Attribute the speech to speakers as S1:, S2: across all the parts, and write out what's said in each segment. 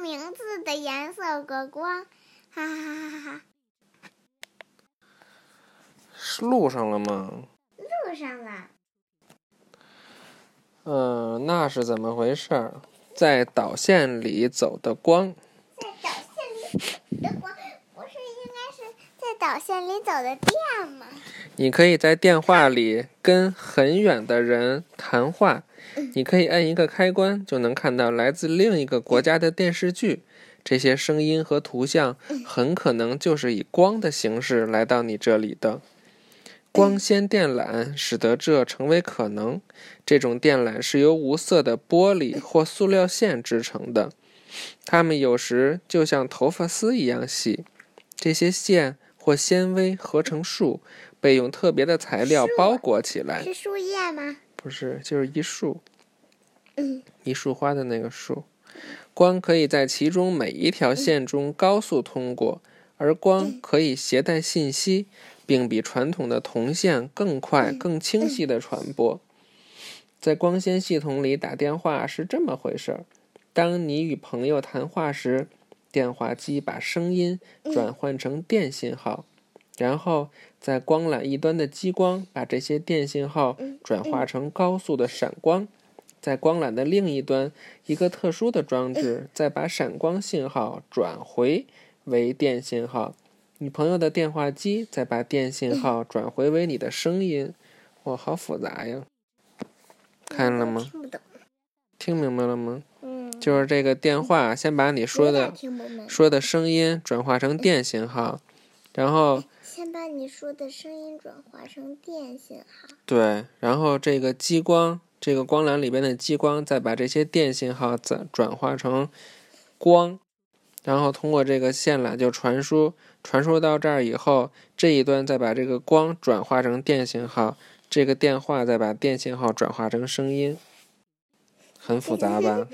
S1: 名字的颜色和光，哈哈哈哈！
S2: 是录上了吗？
S1: 录上了，
S2: 嗯、那是怎么回事儿？在导线里走的光，
S1: 在导线里走的光，不是应该是在导线里走的电吗？
S2: 你可以在电话里跟很远的人谈话，你可以按一个开关就能看到来自另一个国家的电视剧。这些声音和图像很可能就是以光的形式来到你这里的。光纤电缆使得这成为可能。这种电缆是由无色的玻璃或塑料线制成的，它们有时就像头发丝一样细。这些线或纤维合成束，被用特别的材料
S1: 束
S2: 包裹起来。
S1: 是树叶吗？
S2: 不是，就是一束，一束花的那个束。光可以在其中每一条线中高速通过，而光可以携带信息，并比传统的铜线更快、更清晰地传播。在光纤系统里打电话是这么回事儿：当你与朋友谈话时，电话机把声音转换成电信号，然后在光缆一端的激光把这些电信号转化成高速的闪光，在光缆的另一端，一个特殊的装置再把闪光信号转回为电信号。你朋友的电话机再把电信号转回为你的声音，哇，好复杂呀！看了
S1: 我
S2: 吗？
S1: 听不懂。
S2: 听明白了吗？
S1: 嗯，
S2: 就是这个电话，先把你说
S1: 有点
S2: 的
S1: 听不明白。
S2: 说的声音转化成电信号，然后
S1: 先把你说的声音转化成电信号。
S2: 对，然后这个激光，这个光缆里边的激光，再把这些电信号转转化成光，然后通过这个线缆就传输，传输到这儿以后，这一端再把这个光转化成电信号，这个电话再把电信号转化成声音，很复杂吧？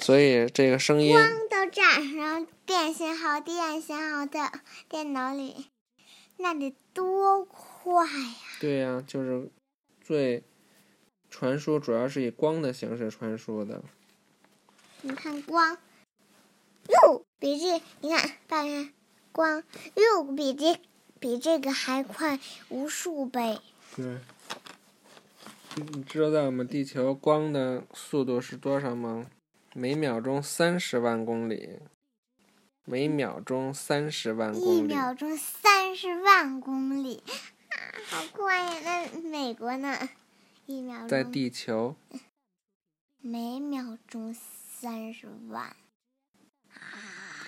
S2: 所以这个声音，
S1: 光到这儿，然后电信号，电信号在电脑里，那得多快呀！
S2: 对呀、就是最传输主要是以光的形式传输的。
S1: 你看光，哟，比这你看，大看光，哟，比这比这个还快无数倍。
S2: 对。你你知道在我们地球光的速度是多少吗？每秒钟三十万公里。每秒钟三十万
S1: 一
S2: 公里。
S1: 秒钟三十万公里，啊，好快呀！那美国呢？一秒
S2: 在
S1: 钟
S2: 地球，
S1: 每秒钟三十万，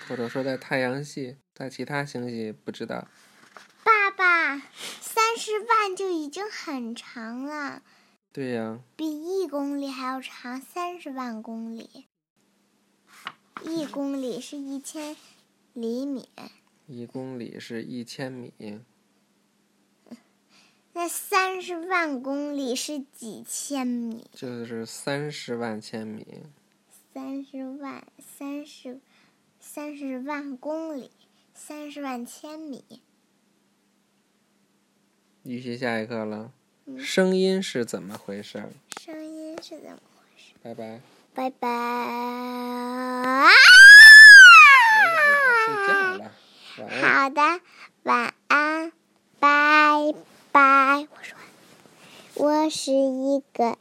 S2: 或者说在太阳系，在其他星系不知道。
S1: 爸爸，三十万就已经很长了，
S2: 对呀、
S1: 比一公里还要长三十万公里。一公里是一千厘米，
S2: 一公里是一千米，
S1: 那三十万公里是几千米？
S2: 就是三十万千米。
S1: 三十万，三十，三十万公里，三十万千米。
S2: 预习下一课了。
S1: 嗯
S2: 声音是怎么回事儿？
S1: 声音是怎么回事？
S2: 拜拜。
S1: 拜拜。
S2: 我晚上睡觉了，晚安。
S1: 好的，晚安，拜拜。我说，我是一个